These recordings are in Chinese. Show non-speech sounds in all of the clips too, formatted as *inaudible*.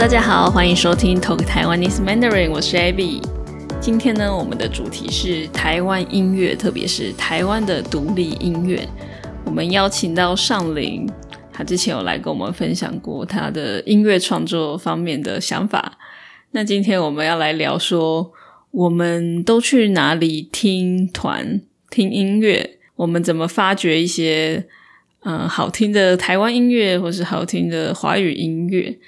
大家好，欢迎收听 Talk Taiwanese Mandarin，我是 Abby。今天呢，我们的主题是台湾音乐，特别是台湾的独立音乐。我们邀请到尚林，他之前有来跟我们分享过他的音乐创作方面的想法。那今天我们要来聊说，我们都去哪里听团、听音乐？我们怎么发掘一些嗯、呃好听的台湾音乐，或是好听的华语音乐？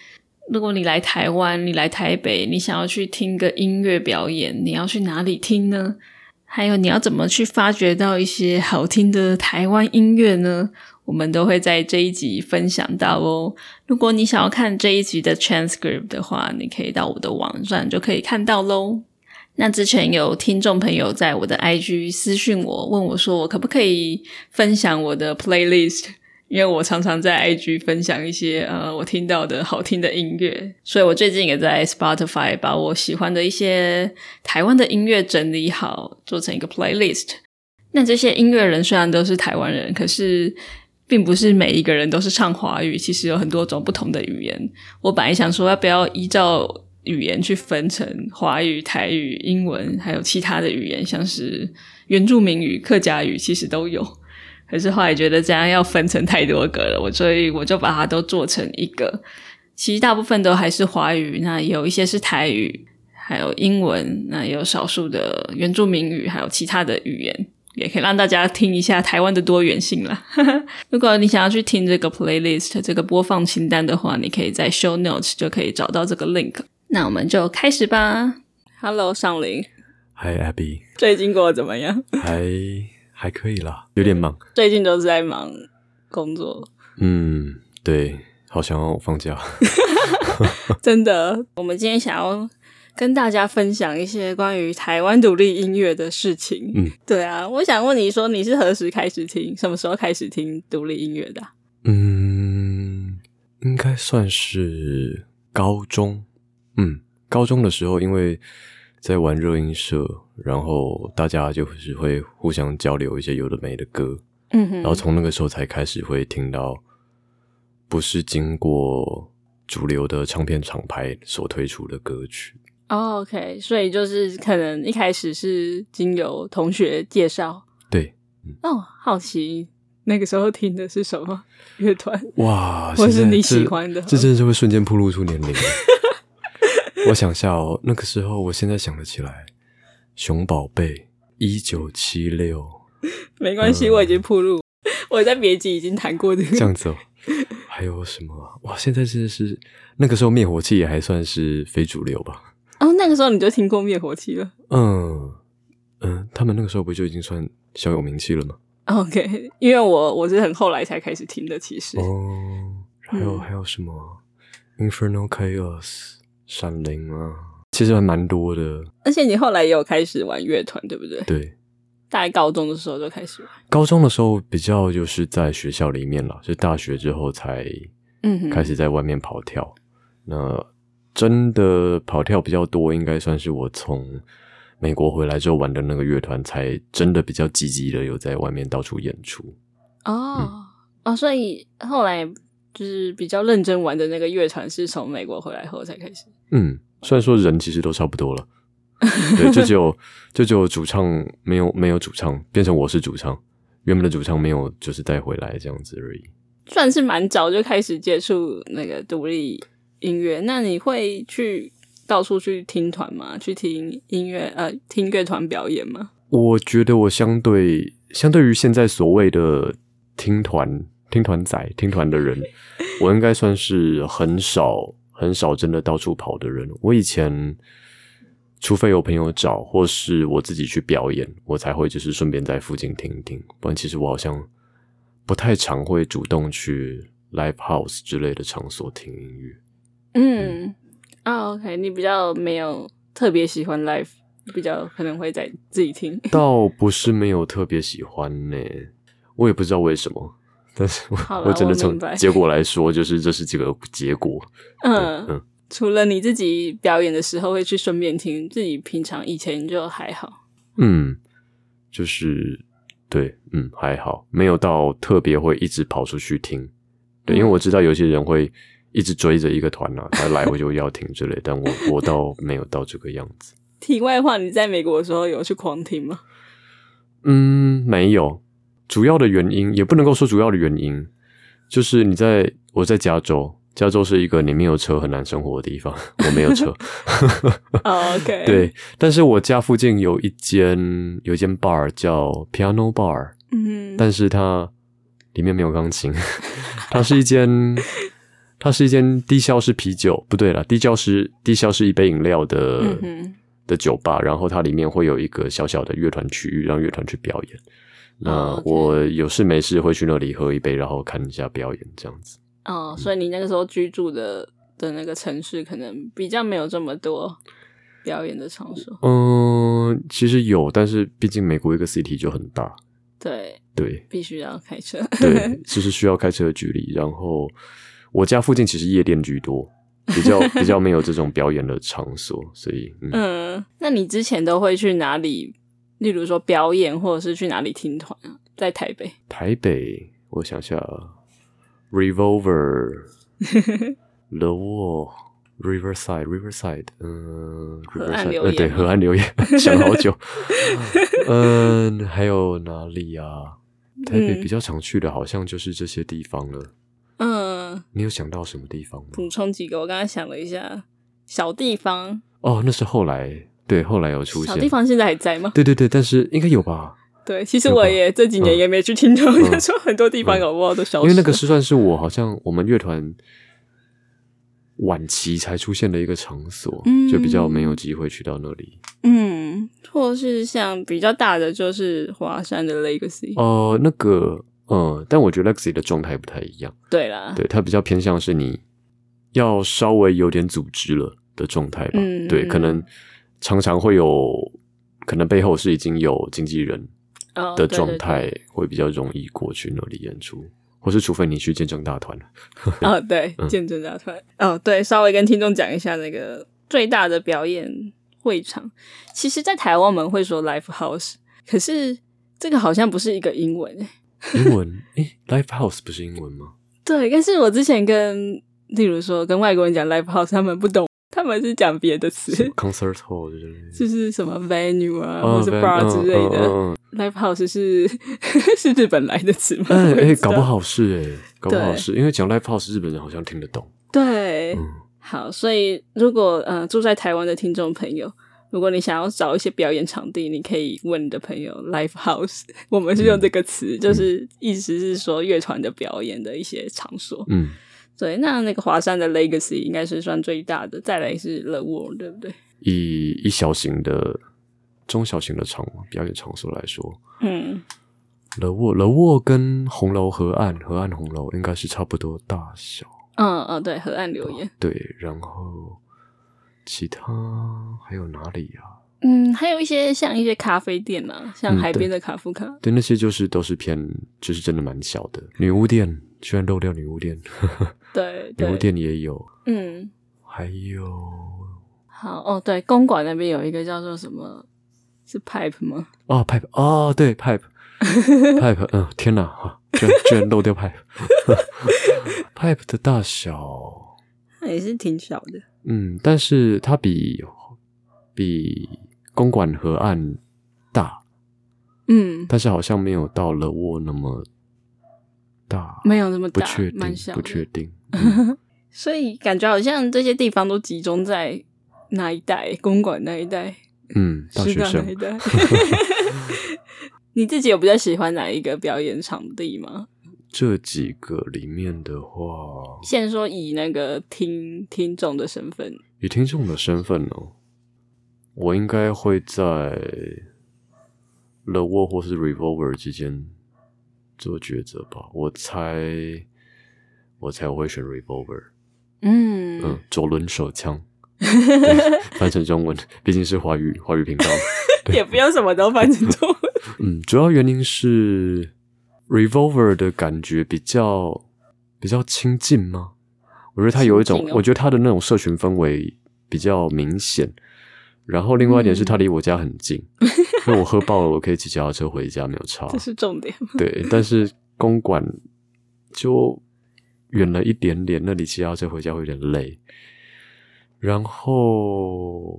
如果你来台湾，你来台北，你想要去听个音乐表演，你要去哪里听呢？还有你要怎么去发掘到一些好听的台湾音乐呢？我们都会在这一集分享到哦。如果你想要看这一集的 transcript 的话，你可以到我的网站就可以看到喽。那之前有听众朋友在我的 IG 私讯我，问我说我可不可以分享我的 playlist，因为我常常在 IG 分享一些呃我听到的好听的音乐，所以我最近也在 Spotify 把我喜欢的一些台湾的音乐整理好，做成一个 playlist。那这些音乐人虽然都是台湾人，可是并不是每一个人都是唱华语，其实有很多种不同的语言。我本来想说要不要依照语言去分成华语、台语、英文，还有其他的语言，像是原住民语、客家语，其实都有。可是后来觉得这样要分成太多个了，我所以我就把它都做成一个。其实大部分都还是华语，那有一些是台语，还有英文，那也有少数的原住民语，还有其他的语言，也可以让大家听一下台湾的多元性啦。 *laughs* 如果你想要去听这个 playlist 这个播放清单的话，你可以在 show notes 就可以找到这个 link。那我们就开始吧。Hello，尚林，嗨，Abby，最近过得怎么样？ *laughs* 还还可以啦，有点忙。最近都是在忙工作，嗯，对，好想要我放假。真的。我们今天想要跟大家分享一些关于台湾独立音乐的事情。嗯，对啊，我想问你说，你是何时开始听，什么时候开始听独立音乐的啊、嗯，应该算是高中。嗯，高中的时候，因为在玩热音社，然后大家就是会互相交流一些有的没的歌，嗯哼然后从那个时候才开始会听到，不是经过主流的唱片厂牌所推出的歌曲。哦 OK，所以就是可能一开始是经由同学介绍。对，哦，好奇那个时候听的是什么乐团？哇，或是现在你这喜欢的这真的是会瞬间暴露 *laughs* 出年龄。我想一下哦，那个时候，我现在想得起来，《熊宝贝》一九七六没关系，嗯我已经铺路，我在别集已经谈过这这个。样子哦，还有什么啊？哇，现在真的是那个时候，灭火器也还算是非主流吧？哦，那个时候你就听过灭火器了。嗯嗯，他们那个时候不就已经算小有名气了吗？ OK，因为我我是很后来才开始听的，其实。哦，还有、嗯还有什么《Infernal Chaos》闪灵啊，其实还蛮多的。而且你后来也有开始玩乐团，对不对？对，大概高中的时候就开始玩。高中的时候比较就是在学校里面啦，是大学之后才嗯哼开始在外面跑跳。那真的跑跳比较多，应该算是我从美国回来之后玩的那个乐团，才真的比较积极的有在外面到处演出。哦、哦，所以后来就是比较认真玩的那个乐团是从美国回来后才开始。嗯，虽然说人其实都差不多了，对，就只有就只有主唱没有没有主唱，变成我是主唱，原本的主唱没有就是带回来这样子而已。算是蛮早就开始接触那个独立音乐。那你会去到处去听团吗？去听音乐呃，听乐团表演吗？我觉得我相对相对于现在所谓的听团、听团仔、听团的人，我应该算是很少很少真的到处跑的人。我以前，除非有朋友找，或是我自己去表演，我才会就是顺便在附近听一听。不然其实我好像不太常会主动去 live house 之类的场所听音乐。嗯，啊、o k 你比较没有特别喜欢 live，比较可能会在自己听。 *laughs* 倒不是没有特别喜欢呢、我也不知道为什么，但是我好啦我真的我从明白结果来说，就是这是这个结果。嗯，嗯除了你自己表演的时候会去顺便听，自己平常以前就还好。嗯，就是对，嗯，嗯还好，没有到特别会一直跑出去听。对，因为我知道有些人会一直追着一个团啊，他来我就要听之类，但我我倒没有到这个样子。题外话，你在美国的时候有去狂听 *laughs* 吗？嗯，没有。主要的原因也不能够说主要的原因，就是你在我在加州，加州是一个你没有车很难生活的地方，我没 *laughs* 有车。哦 OK，，对，但是我家附近有一间有一间 bar 叫 Piano Bar，嗯，但是它里面没有钢琴， *laughs* 它是一 *laughs* 间它是一间低消是啤酒，不对了，低消是低消是一杯饮料的、嗯哼的酒吧，然后它里面会有一个小小的乐团区域，让乐团去表演。那哦，OK 我有事没事会去那里喝一杯，然后看一下表演这样子。哦，所以你那个时候居住的的那个城市，可能比较没有这么多表演的场所。嗯，其实有，但是毕竟美国一个 city 就很大，对，对， *laughs* 必须要开车。对，就是需要开车的距离。然后我家附近其实夜店居多，比较比较没有这种表演的场所，所以嗯 *laughs* 嗯，那你之前都会去哪里？例如说表演，或者是去哪里听团啊？在台北，台北，我想下，Revolver、The Wall、Riverside、Riverside，嗯、r 河 i 岸留 v e r s i d e 呃，对，言河岸留 *laughs* 言，想好久。嗯，还有哪里啊？台北嗯比较常去的，好像就是这些地方了。嗯，你有想到什么地方吗？补充几个，我刚刚想了一下，小地方，哦，那是后来，对，后来有出现。小地方现在还在吗？对对对，但是应该有吧，对，其实有吧我也这几年嗯也没去听团，嗯说很多地方搞不好都消失因了。为那个是算是我好像我们乐团晚期才出现的一个场所，嗯就比较没有机会去到那里。嗯，或是像比较大的就是华山的 Legacy。哦，那个，嗯，但我觉得 Lexi 的状态不太一样，对啦，对他比较偏向是你要稍微有点组织了的状态吧，嗯对，嗯可能常常会有。可能背后是已经有经纪人哦的对对状对态，会比较容易过去那里演出，或是除非你去见证大 *laughs* 团。哦，对，嗯见证大团。哦，对，稍微跟听众讲一下那个最大的表演会场。其实，在台湾我们会说 live house，可是这个好像不是一个英文欸。英文？诶 l i v e House 不是英文吗？对，但是我之前跟，例如说跟外国人讲 live house，他们不懂，他们是讲别的什词么，concert hall 之类的。就是什么 venue 啊，哦或是对 bar 嗯之类的。 *laughs* 嗯嗯 live house 是 *laughs* 是日本来的词吗？嗯我哎也哎，知道搞不。好是哎，搞不好对是因为讲 live house 日本人好像听得懂。对，嗯，好，所以如果呃住在台湾的听众朋友，如果你想要找一些表演场地，你可以问你的朋友 live house，我们是用这个词，就是意思是说乐团的表演的一些场所。嗯，对，那那个华山的 Legacy 应该是算最大的，再来是 The World，对不对？以以小型的、中小型的场表演场所来说，嗯，乐沃乐沃跟红楼河岸、河岸红楼应该是差不多大小。嗯嗯，对，河岸留言。对，然后其他还有哪里啊？嗯，还有一些像一些咖啡店啊，像嗯海边对的卡夫卡，对，那些就是都是偏，就是真的蛮小的。女巫店居然漏掉女巫店， *laughs* 对女巫对，店也有，嗯，还有好哦，对，公馆那边有一个叫做什么，是 Pipe 吗？哦，pipe 哦，对，pipe *laughs* pipe，嗯，天哪，啊居然居然漏掉 pipe *laughs* pipe 的大小，那也是挺小的。嗯，但是它比比公馆河岸大，嗯，但是好像没有到了沃那么大，没有那么不大确，定蛮小，不的。确 *laughs* 定，嗯所以感觉好像这些地方都集中在那一带，公馆那一带，嗯，大师学大那生一 *laughs* 带。 *laughs* 你自己有比较喜欢哪一个表演场地吗？这几个里面的话，先说以那个听听众的身份，以听众的身份哦，我应该会在 The Wall 或是 Revolver 之间做抉择吧。我猜，我猜我会选 Revolver。嗯， *laughs* 嗯，左轮手枪。对翻成中文，毕竟是华语华语频道。也不用什么都翻成中文。嗯，主要原因是 Revolver 的感觉比较比较亲近吗？我觉得它有一种，亲近哦我觉得它的那种社群氛围比较明显。然后另外一点是，它离我家 *laughs* 很近，因为我喝爆了，我可以骑脚踏车回家，没有差 *laughs* 这。是重点。对，但是公馆就远了一点点，那里骑脚踏车回家会有点累。然后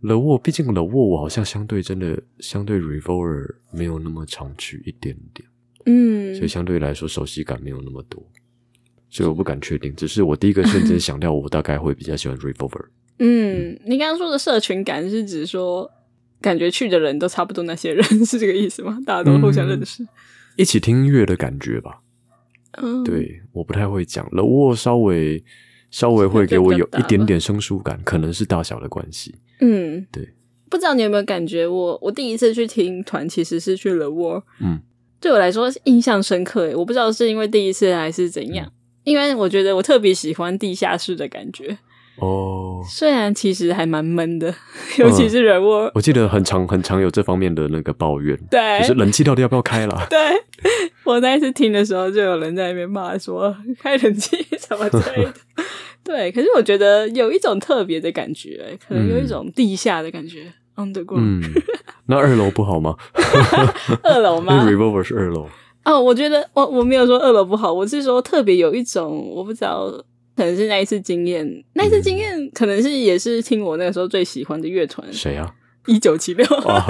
冷沃，毕竟冷沃我好像相对真的相对 r e v o l v e r 没有那么常去一点点，嗯所以相对来说熟悉感没有那么多，所以我不敢确定。只是我第一个瞬间想到，我大概会比较喜欢 r e v o l v e r 嗯，你刚刚说的社群感是指说，感觉去的人都差不多那些人， *laughs* 是这个意思吗？大家都互嗯相认识。一起听音乐的感觉吧。嗯，对，我不太会讲，冷沃稍微稍微会给我有一点点生疏感，可能是大小的关系。嗯，对。不知道你有没有感觉我，我第一次去听团其实是去了 War，嗯，对我来说印象深刻欸耶。我不知道是因为第一次还是怎嗯样，因为我觉得我特别喜欢地下室的感觉，哦，嗯虽然其实还蛮闷的，尤其是人窝。我记得很常很常有这方面的那个抱怨，对，就是冷气到底要不要开了？哎 *laughs* 对我那一次听的时候，就有人在那边骂说 *laughs* 开冷气什么之类 *laughs* 的。对，可是我觉得有一种特别的感觉，欸可能有一种地下的感觉。Underground，、嗯，那二楼不 *laughs* 好吗？二楼因 *laughs* 吗为？Revolver 是二楼。哦，我觉得我我没有说二楼不好，我是说特别有一种我不知道，可能是那一次经验，那一次经验嗯可能是也是听我那个时候最喜欢的乐团谁啊？一九七六，啊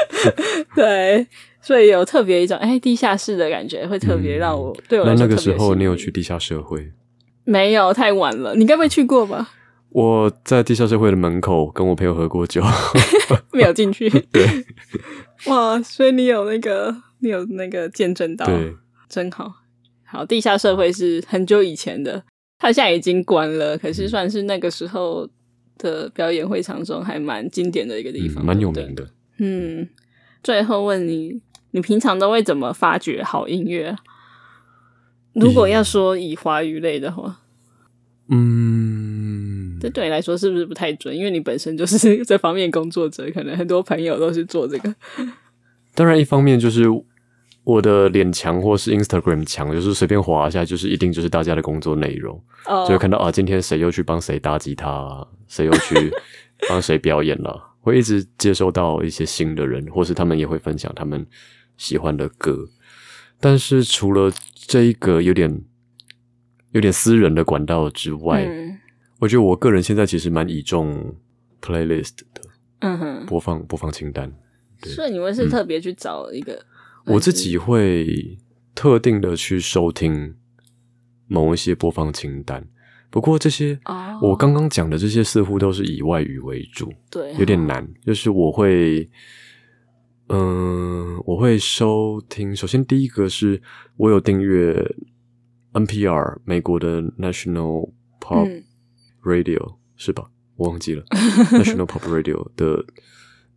*laughs* 对，所以有特别一种哎地下室的感觉，会特别让我、 *laughs* 对我嗯那来说那个特别吸时候引你有我去地下社会？没有，太晚了。你该不会去过吧？我在地下社会的门口跟我朋友喝过哦酒，没有进去。对， *laughs* 哇，所以你有那个，你有那个见证到， *laughs* 对，真好。好，地下社会是很久以前的，它现在已经关了，可是算是那个时候的表演会场中还蛮经典的一个地方，嗯蛮有对不对名。的。嗯，最后问你，你平常都会怎么发掘好音乐？啊如果要说以华语类的话，嗯，这对你来说是不是不太准？因为你本身就是 *laughs* 这方面工作者，可能很多朋友都是做这个。当然，一方面就是我的脸强或是 Instagram 强，就是随便滑一下，就是一定就是大家的工作内容，哦 *laughs* 就会看到啊，今天谁又去帮谁搭吉 *laughs* 他，谁又去帮谁表演了，会一直接收到一些新的人，或是他们也会分享他们喜欢的歌。但是除了这一个有点有点私人的管道之外，嗯我觉得我个人现在其实蛮倚重 playlist 的嗯哼，播放播放清单。对嗯所以你们是特别去找一个，我自己会特定的去收听某一些播放清单，不过这些、哦我刚刚讲的这些似乎都是以外语为主，对有点难。就是我会，嗯、我会收听。首先第一个是我有订阅 NPR 美国的 National Pop 嗯 Radio、是吧？我忘 *laughs* 记了 National Pop Radio 的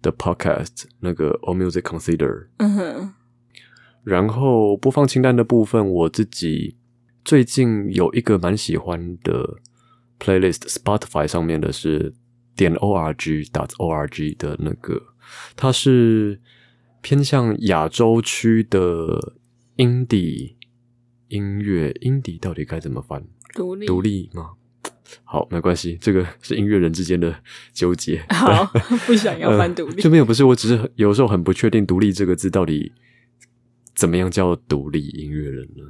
的 podcast 那个 All Music Consider 嗯哼然后播放清单的部分，我自己最近有一个蛮喜欢的 playlist，Spotify 上面的是点 org 打 org 的那个，它是偏向亚洲区的 indie 音乐，indie 到底该怎么翻？独立独 *laughs* 立吗？好，没关系，这个是音乐人之间的纠结。好不想要 *laughs* 翻独呃立这边也不是，我只是很有时候很不确定“独立”这个字到底怎么样叫独立音乐人呢？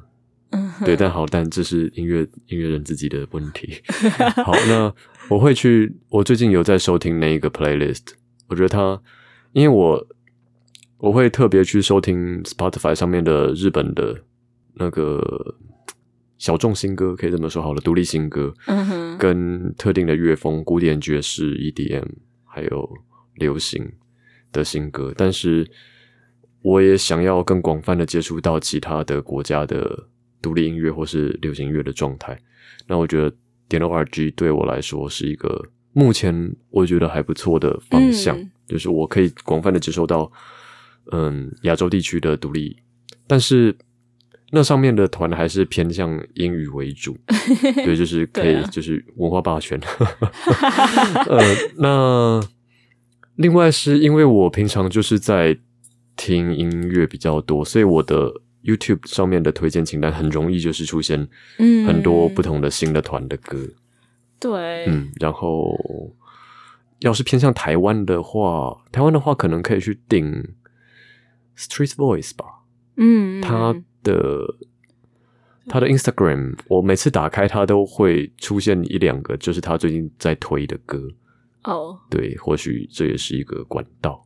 嗯哼对，但好，但这是音乐音乐人自己的问题。 *laughs* 好，那我会去，我最近有在收听那一个 playlist，我觉得它，因为我我会特别去收听 Spotify 上面的日本的那个小众新歌，可以这么说好了，独立新歌，嗯哼跟特定的乐风，古典爵士、EDM，还有流行的新歌，但是我也想要更广泛的接触到其他的国家的独立音乐或是流行乐的状态。那我觉得点 org 对我来说是一个目前我觉得还不错的方向，嗯就是我可以广泛的接受到嗯亚洲地区的独立，但是那上面的团还是偏向英语 *laughs* 为主，对，就是可对以啊就是文化霸 *laughs* 权。呃，那另外是因为我平常就是在听音乐比较多，所以我的 YouTube 上面的推荐清单很容易就是出现嗯很多不同的新的团的歌。对嗯，然后要是偏向台湾的话，台湾的话可能可以去订 Street Voice 吧，嗯它的他的 Instagram，我每次打开它都会出现一两个，就是他最近在推的歌。哦对，或许这也是一个管道。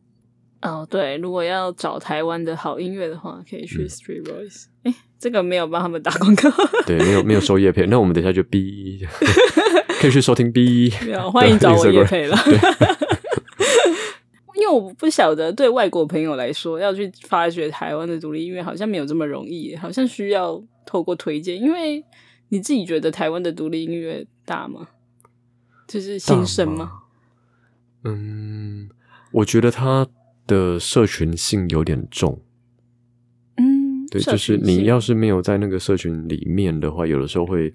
哦，对，如果要找台湾的好音乐的话，可以去嗯 Street Boys。哎、这个没有帮他们打广 *laughs* 告，对，没有没有收叶片，那我们等一下 *laughs* 就 B，可以去收听 B。没有，欢迎找我 Instagram 也可以了。因为我不晓得，对外国朋友来说，要去发掘台湾的独立音乐，好像没有这么容易，好像需要透过推荐。因为你自己觉得台湾的独立音乐大吗？就是兴盛大吗？吗？嗯，我觉得它的社群性有点重。嗯，对，社就是群你性要是没有在那个社群里面的话，有的时候会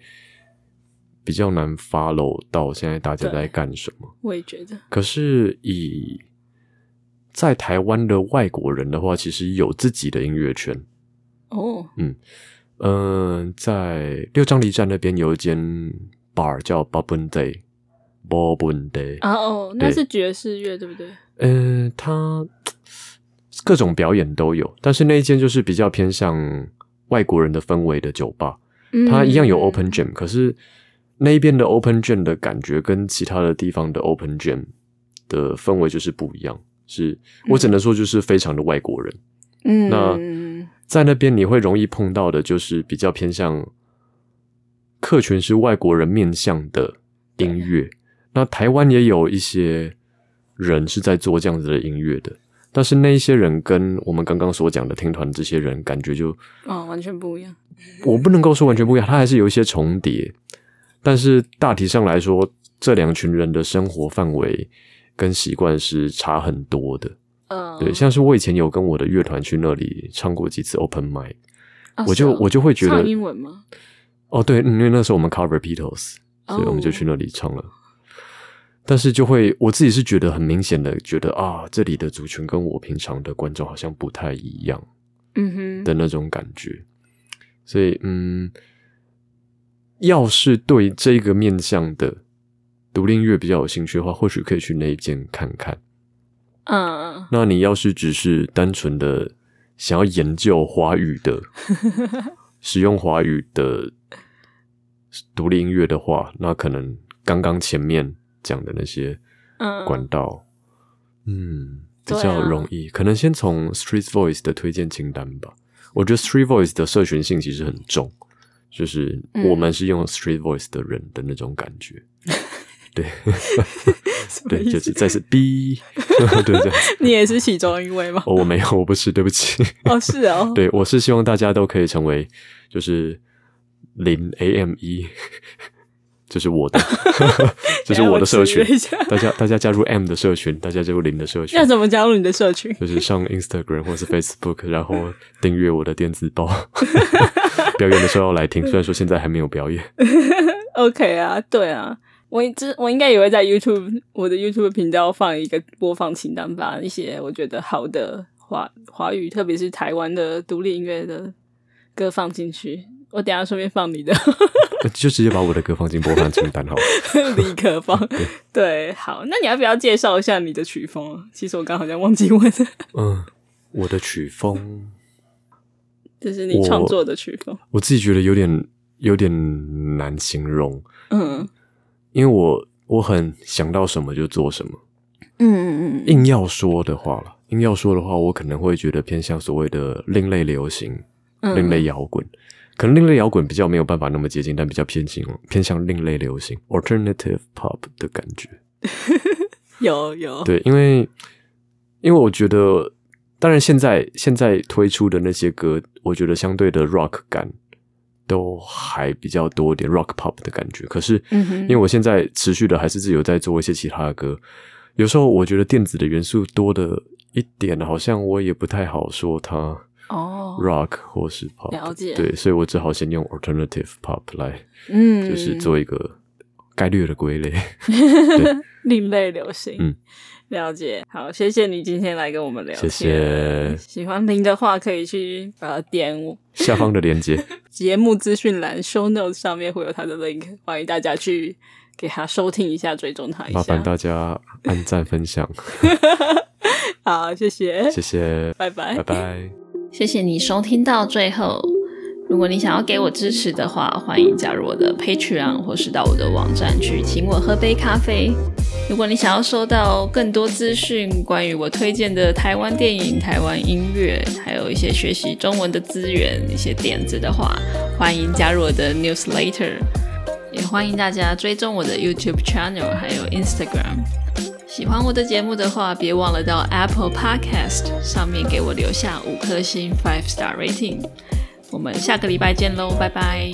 比较难 follow 到现在大家对在干什么。我也觉得，可是以在台湾的外国人的话，其实有自己的音乐圈。哦，嗯、在六张犁站那边有一间 bar 叫 b o b u n Day。b o b u n Day，啊哦，那对是爵士乐对不对？嗯、它各种表演都有，但是那一间就是比较偏向外国人的氛围的酒吧。嗯它一样有 open gym，可是那一边的 open gym 的感觉跟其他的地方的 open gym 的氛围就是不一样。是我只能说，就是非常的外国人。嗯，那嗯在那边你会容易碰到的，就是比较偏向客群是外国人面向的音乐。那台湾也有一些人是在做这样子的音乐的，但是那一些人跟我们刚刚所讲的听团这些人，感觉就哦，完全不一样。我不能够说完全不一样，它还是有一些重叠，但是大体上来说，这两群人的生活范围跟习惯是差很多的。嗯，对，像是我以前有跟我的乐团去那里唱过几次 open mic，、哦我就是哦我就会觉得唱英文吗？哦，对，嗯因为那时候我们 cover Beatles，所哦以我们就去那里唱了。但是就会我自己是觉得很明显的，觉得啊，这里的族群跟我平常的观众好像不太一样。嗯哼，的那种感觉。所以，嗯，要是对这个面向的独立音乐比较有兴趣的话，或许可以去那一间看看。嗯嗯，那你要是只是单纯的想要研究华语 *laughs* 的使用华语的独立音乐的话，那可能刚刚前面讲的那些嗯管道，嗯，比对啊较容易。可能先从 Street Voice 的推荐清单吧。我觉得 Street Voice 的社群性其实很重，就是嗯我们是用 Street Voice 的人的那种感觉。对什么对，意就思是再次 B，对 *laughs* 这样。你也是其中一位吗？哦，我没有，我不是，对不起。哦，是哦，对，我是希望大家都可以成为就是零 AM 一，这是 *laughs* 我的， *laughs* 等一这是下，我的社群我。制约 *laughs* 一下大家大家加入 M 的社群，大家加入零的社群要，怎么加入你的社群？就是上 Instagram 或是 Facebook，然后订阅我的电 *laughs* 子报。表演的时候要来听，虽然说现在还没有表演。 OK 啊，对啊，我之我应该也会在 YouTube 我的 YouTube 频道放一个播放清单吧，一些我觉得好的华华语，特别是台湾的独立音乐的歌放进去。我等一下顺便放你的， *laughs* 就直接把我的歌放进播放清单好了。立刻放。对，好，那你要不要介绍一下你的曲风啊？其实我刚好像忘记问，嗯，我的曲风，就是你我创作的曲风。我自己觉得有点有点难形容，嗯因为我我很想到什么就做什么。嗯嗯嗯硬要说的话了，硬要说的话，我可能会觉得偏向所谓的另类流行、嗯另类摇滚。可能另类摇滚比较没有办法那么接近，但比较偏向偏向另类流行 （alternative pop） 的感觉。有有，对，因为因为我觉得，当然现在现在推出的那些歌，我觉得相对的 rock 感都还比较多一点 rock pop 的感觉。可是，嗯哼因为我现在持续的还是自己有在做一些其他的歌，有时候我觉得电子的元素多的一点，好像我也不太好说它哦， rock 或是 pop。了解对，所以我只好先用 alternative pop 来，嗯，就是做一个概率的归类。 *laughs* 另类流行。嗯了解。好，谢谢你今天来跟我们聊天。谢谢喜欢林的话，可以去呃点下方的 *laughs* 连接。节目资讯栏 show notes 上面会有他的 link，欢迎大家去给他收听一下，追踪他一麻烦下。大家按赞分享，好，谢谢，谢谢，拜拜拜拜。谢谢你收听到最后。如果你想要给我支持的话，欢迎加入我的 Patreon 或是到我的网站去请我喝杯咖啡。如果你想要收到更多资讯，关于我推荐的台湾电影、台湾音乐，还有一些学习中文的资源、一些点子的话，欢迎加入我的 newsletter。也欢迎大家追踪我的 YouTube channel，还有 Instagram。喜欢我的节目的话，别忘了到 Apple Podcast 上面给我留下五颗星 （five star rating）。我们下个礼拜见喽，拜拜。